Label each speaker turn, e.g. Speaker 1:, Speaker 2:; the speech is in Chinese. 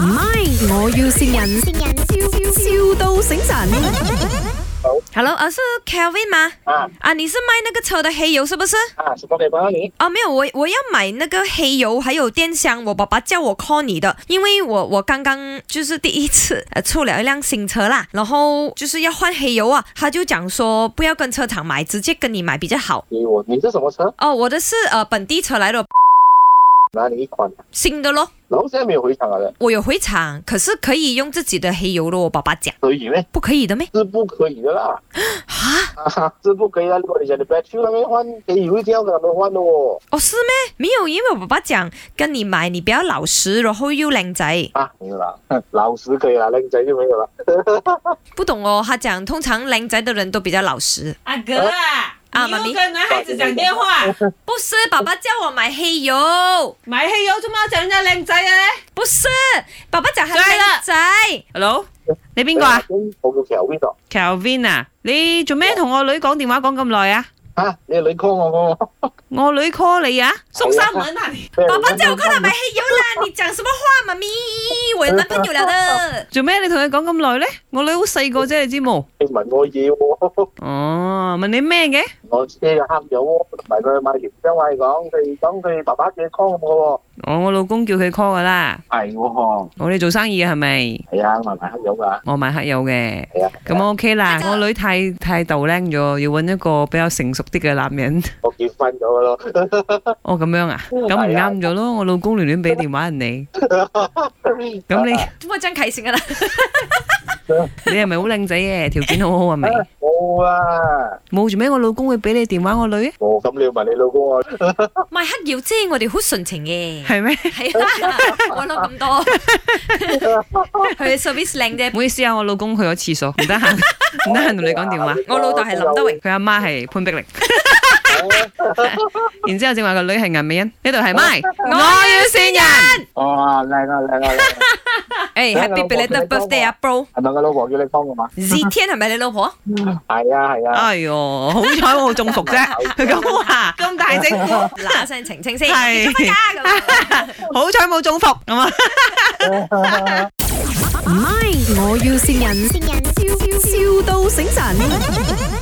Speaker 1: 唔係，我要善人，笑笑到醒神。
Speaker 2: Hello，啊是 Kelvin 吗？
Speaker 3: 啊
Speaker 2: 啊，你是卖那个车的黑油是不是？
Speaker 3: 啊，什么可以帮到你？
Speaker 2: 啊，没有，我我要买那个黑油，还有电箱。我爸爸叫我 call 你的，因为我我刚刚就是第一次 呃出了一辆新车啦，然后就是要换黑油啊，他就讲说不要跟车厂买，直接跟你买比较好。
Speaker 3: 你我你是什么车？
Speaker 2: 哦，我的是呃本地车来的，
Speaker 3: 哪里一款？
Speaker 2: 新的咯。
Speaker 3: 然后现在没有回厂了的，
Speaker 2: 我有回厂，可是可以用自己的黑油咯。我爸爸讲
Speaker 3: 可以咩？
Speaker 2: 不可以的咩？
Speaker 3: 是不可以的啦，
Speaker 2: 啊？
Speaker 3: 啊哈，是不可以的。如果你想你 battery 那边换，可以一定要跟他们换的哦。
Speaker 2: 哦，是咩？没有，因为我爸爸讲跟你买，你比较老实，然后又靓仔。
Speaker 3: 啊，没有啦，哼老实可以啦，靓仔就没有啦。
Speaker 2: 不懂哦，他讲通常靓仔的人都比较老实。
Speaker 4: 阿哥啊，
Speaker 2: 啊
Speaker 4: 你
Speaker 2: 妈咪
Speaker 4: 又跟男孩子讲电话，
Speaker 2: 不是，爸爸叫我买黑油，
Speaker 4: 买汽油做乜整人家靓仔啊
Speaker 2: 不是，爸爸讲他
Speaker 4: 对
Speaker 2: 靓
Speaker 4: 了
Speaker 2: 仔。
Speaker 4: ？Hello，你边
Speaker 3: Ờ.
Speaker 4: 个啊
Speaker 3: 我叫 Kelvin 哦。
Speaker 4: ？Kelvin 啊，你做咩同我女讲电话讲咁耐啊？
Speaker 3: 啊，你女 call 我哦喎。
Speaker 4: 我女 call 你啊，送三文啊你，
Speaker 2: 爸爸叫我快点买黑油啦！ 你讲什么话，妈咪？我有男朋友了 的。
Speaker 4: 做咩你同佢讲咁耐咧？我女好细個啫，你知冇？
Speaker 3: 你問我嘢喎，
Speaker 4: 哦，問你咩嘅？
Speaker 3: 我車嘅黑油喎，同埋佢買完張偉講，佢講佢爸爸嘅 call 我
Speaker 4: 我我老公叫佢 call 噶啦，
Speaker 3: 喎。係喎，
Speaker 4: 我哋做生意嘅係咪？
Speaker 3: 係啊，賣埋黑油㗎。
Speaker 4: 我買黑油嘅，
Speaker 3: 係啊，
Speaker 4: 咁我 OK 啦。我女太太豆靚咗，要揾一個比較成熟啲嘅男人。
Speaker 3: 我結婚咗㗎咯。
Speaker 4: 哦，咁樣啊，咁唔啱咗咯。我老公亂亂俾電話人哋，
Speaker 3: Ờ,
Speaker 4: 咁 你。
Speaker 2: 我真启醒噶啦，
Speaker 4: 你係咪好靚仔嘅？條件好好係咪？
Speaker 3: Ờ. 冇啊，哦
Speaker 4: 冇做咩？我老公會俾你電話我女啊？
Speaker 3: 冇咁你要問你老公啊。
Speaker 2: 卖黑油啫，我哋好純情 嘅。
Speaker 4: 係咩？
Speaker 2: 系啦，講到咁 多，佢 service 靚啫。
Speaker 4: 唔好意思啊，我老公去咗廁所，唔得閒，唔得閒同你講電話。
Speaker 2: 我老豆係林德榮。
Speaker 4: 佢阿媽係潘碧玲， 然之後正話個女係顏美欣，呢度係咪？我要善人，
Speaker 3: 哇，靚啊靚啊 靚啊！
Speaker 2: 诶，Happy 哎 belated birthday 啊，bro！
Speaker 3: 係咪個老婆叫你幫我嘛？
Speaker 2: Z 天係咪你老婆？
Speaker 3: 係啊係啊。
Speaker 4: 哎呦，好彩我中伏啫。 佢講話咁大整蠱，
Speaker 2: 嗱聲澄清先，
Speaker 4: 係
Speaker 2: 結咗婚㗎咁。
Speaker 4: 好彩冇中伏咁啊！
Speaker 1: 唔係，我要善人，笑笑到醒神。